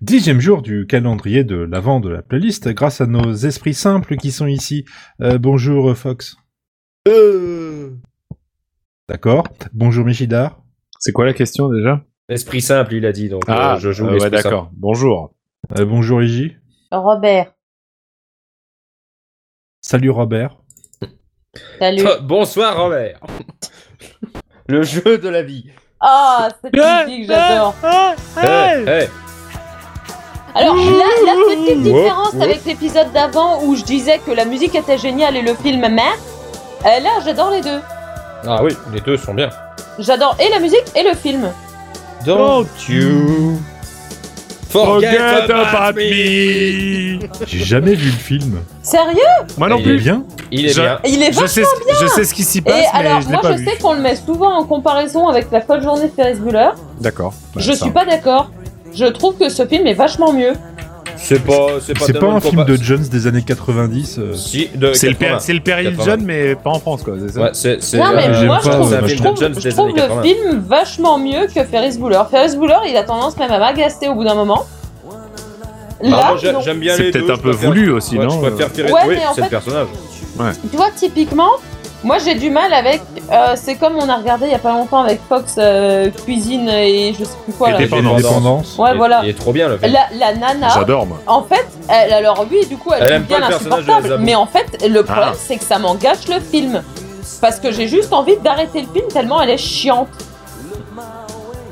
dixième jour du calendrier de l'avant de la playlist grâce à nos esprits simples qui sont ici. Euh, bonjour Fox. Euh... D'accord. Bonjour Michidar. C'est quoi la question déjà Esprit simple, il a dit, donc euh, je joue euh, l'esprit ouais, d'accord. Bonjour. Euh, bonjour Iji. Robert, Salut Robert. salut. simple. Bonsoir Robert. Le jeu de la vie. Ah, cette musique, j'adore. Hey, hey. Alors là, la petite différence avec l'épisode d'avant où je disais que la musique était géniale et le film merde, euh, là, j'adore les deux. Ah oui, les deux sont bien. J'adore et la musique et le film. Don't you forget, about me. J'ai jamais vu le film. Sérieux Moi non Il Il est plus. bien. Il est Je- bien. Il est Je sais, ce- je sais ce qui s'y passe, Et mais alors, je l'ai moi, pas je vu. sais qu'on le met souvent en comparaison avec La folle journée de Ferris Bueller. D'accord. Bah, je ça. suis pas d'accord. Je trouve que ce film est vachement mieux. C'est pas, c'est C'est pas, pas tellement un une film compa- de Jones des années 90. euh, Si, de C'est le, père- 80. c'est le péril 80. jeune, mais pas en France, quoi. C'est ça Ouais, c'est, c'est, Non, mais j'aime moi, je pas, trouve, c'est un euh, je film trouve- de Jones je des trouve années le 80. film vachement mieux que Ferris Bueller. Ferris Bueller, il a tendance même à m'agacer au bout d'un moment. Ah, Là, moi, j'ai- non. j'aime bien C'est les deux. peut-être un je peu préfère- voulu aussi, Ouais, non Je préfère tirer. Ouais, oui, mais en c'est fait- le personnage. tu vois, typiquement, moi, j'ai du mal avec. euh, c'est comme on a regardé il y a pas longtemps avec Fox euh, Cuisine et je sais plus quoi. Et là. des- Dépendance. Dépendance. Ouais, Il- voilà. Il est trop bien le film. La, la nana. J'adore, moi. En fait, elle, alors oui, du coup, elle, Elle aime aime pas bien le personnage de l'insupportable. Zabou. Mais en fait, le problème, Ah. c'est que ça m'engage le film. Parce que j'ai juste envie d'arrêter le film tellement elle est chiante.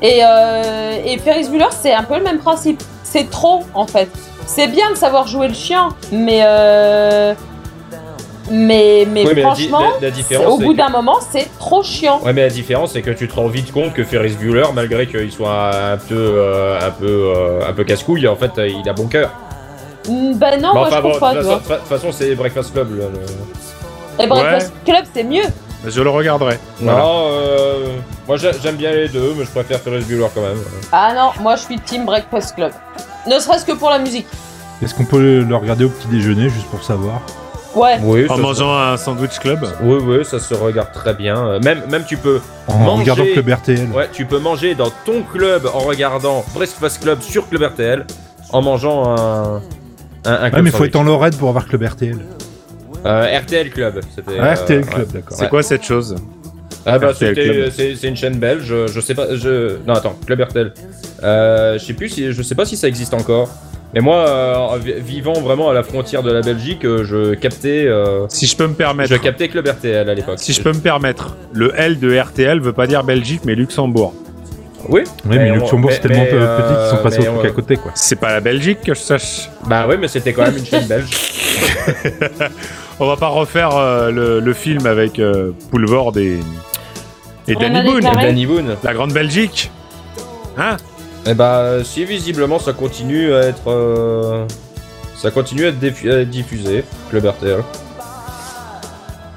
Et, euh, et Ferris Bueller, c'est un peu le même principe. C'est trop, en fait. C'est bien de savoir jouer le chien, mais... euh, mais, mais Oui, mais la di- franchement, la- la c'est- différence, au c'est bout que- d'un moment, c'est trop chiant. Ouais, mais la différence, c'est que tu te rends vite compte que Ferris Bueller, malgré qu'il soit un peu, euh, un peu, euh, un peu casse-couille, en fait, euh, il a bon cœur. Mm, Ben non, Mais moi je trouve Bah, pas, de toute tu vois. façon- de toute façon, c'est Breakfast Club. là, le- Et Breakfast Club, c'est mieux. Je le regarderai. Voilà. Non, euh, moi j'a- j'aime bien les deux, mais je préfère Ferris Bueller quand même. Ah non, moi je suis team Breakfast Club. Ne serait-ce que pour la musique. Est-ce qu'on peut le- le regarder au petit déjeuner juste pour savoir Ouais. Oui, En mangeant un sandwich club. Oui, oui, ça se regarde très bien. Euh, Même, même tu peux, En Manger. regardant Club RTL. ouais, tu peux manger dans ton club en regardant Breakfast Club sur Club RTL, en mangeant un, un, un Ouais, club mais faut sandwich. être en Lorraine pour avoir Club RTL. Euh, RTL Club. C'était, Ah, euh, RTL ouais. Club, d'accord. C'est quoi cette chose Ah bah RTL c'était, Club. c'est, c'est une chaîne belge. Je, je sais pas, je non attends, Club RTL. Euh, je sais plus si, je sais pas si ça existe encore. Mais moi, euh, vi- vivant vraiment à la frontière de la Belgique, euh, je captais. euh, Si je peux me permettre. Je captais Club RTL à l'époque. Si je peux me permettre, le L de RTL veut pas dire Belgique mais Luxembourg. Oui. Oui, mais Eh, on- Luxembourg, c'est mais- tellement mais, peu- euh, petit qu'ils sont passés au mais truc on- à côté, quoi. C'est pas la Belgique que je sache. Bah oui, mais c'était quand même une chaîne belge. On va pas refaire euh, le, le film avec euh, Poulvord et, et On Danny a Boone. déclaré. Danny Boone. La Grande Belgique. Hein Eh bah si visiblement ça continue à être, euh, ça continue à être, diffu- à être diffusé, Club RTL.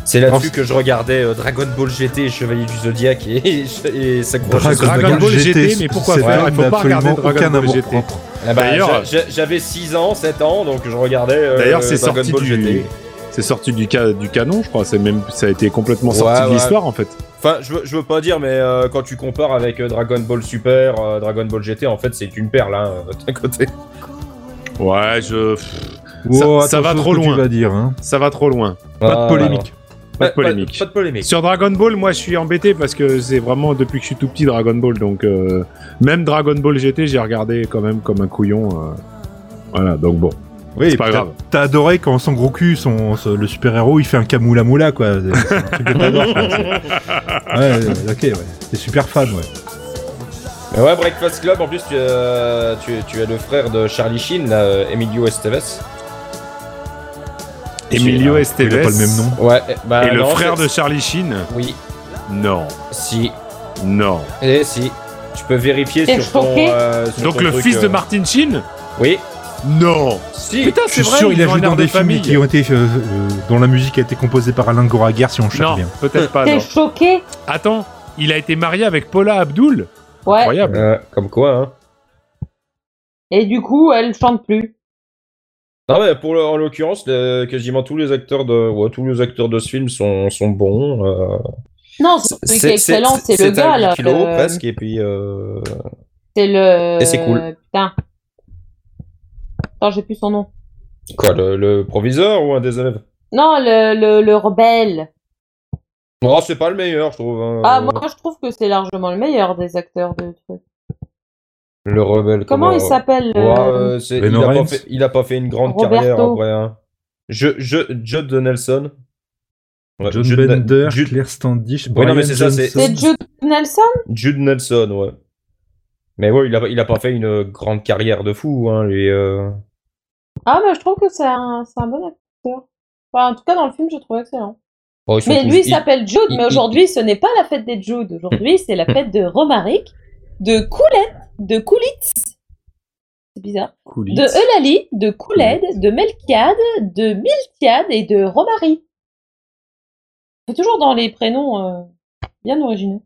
C'est là-dessus que je regardais euh, Dragon Ball GT, Chevalier du Zodiac et, et Sakura Dragon- Chainsaw Madoka. Dragon Ball GT, mais pourquoi c'est faire vraiment Il faut pas absolument regarder Dragon aucun Ball amour GT. propre. Ah bah, j'a- D'ailleurs- j'a- j'avais 6 ans, 7 ans, donc je regardais. euh, D'ailleurs, c'est Dragon sorti Ball du. GT. C'est sorti du, ca- du canon, je crois. C'est même, ça a été complètement Ouais, sorti de ouais. l'histoire, en fait. Enfin, je veux, je veux pas dire, mais euh, quand tu compares avec euh, Dragon Ball Super, euh, Dragon Ball GT, en fait, c'est une perle, hein, euh, d'un côté. Ouais, je. pff, Oh, ça va attention trop ce que loin. Tu vas dire, hein. Ça va trop loin. Pas de polémique. Pas de polémique. Pas, de polémique. Sur Dragon Ball, moi, je suis embêté parce que c'est vraiment depuis que je suis tout petit Dragon Ball. Donc, euh, même Dragon Ball GT, j'ai regardé quand même comme un couillon. euh. Voilà, donc bon. Oui, C'est et pas puis t'as- grave. T'as adoré quand son gros cul, son, son- le super-héros, il fait un camoula moula, quoi. C'est- c'est un truc que t'adores, quoi. ouais, ouais, ok, ouais. T'es super fan, ouais. Mais ouais, Breakfast Club, en plus, tu, euh, tu, tu es le frère de Charlie Sheen, là, euh, Emilio Estevez. Emilio Estevez. Il a pas le même nom. Ouais, eh, bah. Ah Et le non, frère c'est- de Charlie Sheen Oui, Non, si, non. et si. Tu peux vérifier T'es sur ton. choqué euh, sur Donc ton le truc, fils de euh, Martin Sheen Oui, Non. si. Je Putain, Ah, c'est suis vrai. sûr, il a ont joué un dans air des de films famille. qui ont été, euh, euh, dont la musique a été composée par Alain Goraguer, si on cherche Non, bien. peut-être pas. T'es Non. choqué Attends, il a été marié avec Paula Abdul. Ouais. Incroyable. Euh, comme quoi, hein. Et du coup, elle chante plus. Non mais pour le- en l'occurrence, le- quasiment tous les acteurs de ouais, tous les acteurs de ce film sont, sont bons. euh. Non, celui qui est excellent, c'est le un gars, là. huis clos, le- presque et puis euh, C'est le. Et c'est cool. Putain. Enfin, j'ai plus son nom. Quoi, le, le proviseur ou un des élèves Non, le, le, le rebelle. Oh, c'est pas le meilleur, je trouve. hein. Ah, moi, je trouve que c'est largement le meilleur des acteurs de truc. Le rebelle. Comment il s'appelle le- Ouais, euh, c'est- Ben il, a pas Lawrence. fait, il a pas fait une grande Roberto. carrière après. Hein. Je, je, Judd Nelson. Ouais, John Judd- Bender, Judd, Claire Standish, Oui, non, Brian mais c'est ça, c'est- Johnson. euh, C'est Jude Nelson Judd Nelson, ouais. Mais ouais, il a, il a pas fait une grande carrière de fou, hein, lui. euh. Ah, mais je trouve que c'est un, c'est un bon acteur. Enfin, en tout cas, dans le film, je trouve excellent. Bon, Oh, ils sont Mais tous- lui, il ils- s'appelle Jude, il- mais aujourd'hui, ce n'est pas la fête des Jude. Aujourd'hui, c'est la fête de Romaric, de Coulette, de Coulitz. C'est bizarre. Coulisse. De Eulalie, de Kouled, de Melchiade, de Miltiade et de Romari. C'est toujours dans les prénoms euh, bien originaux.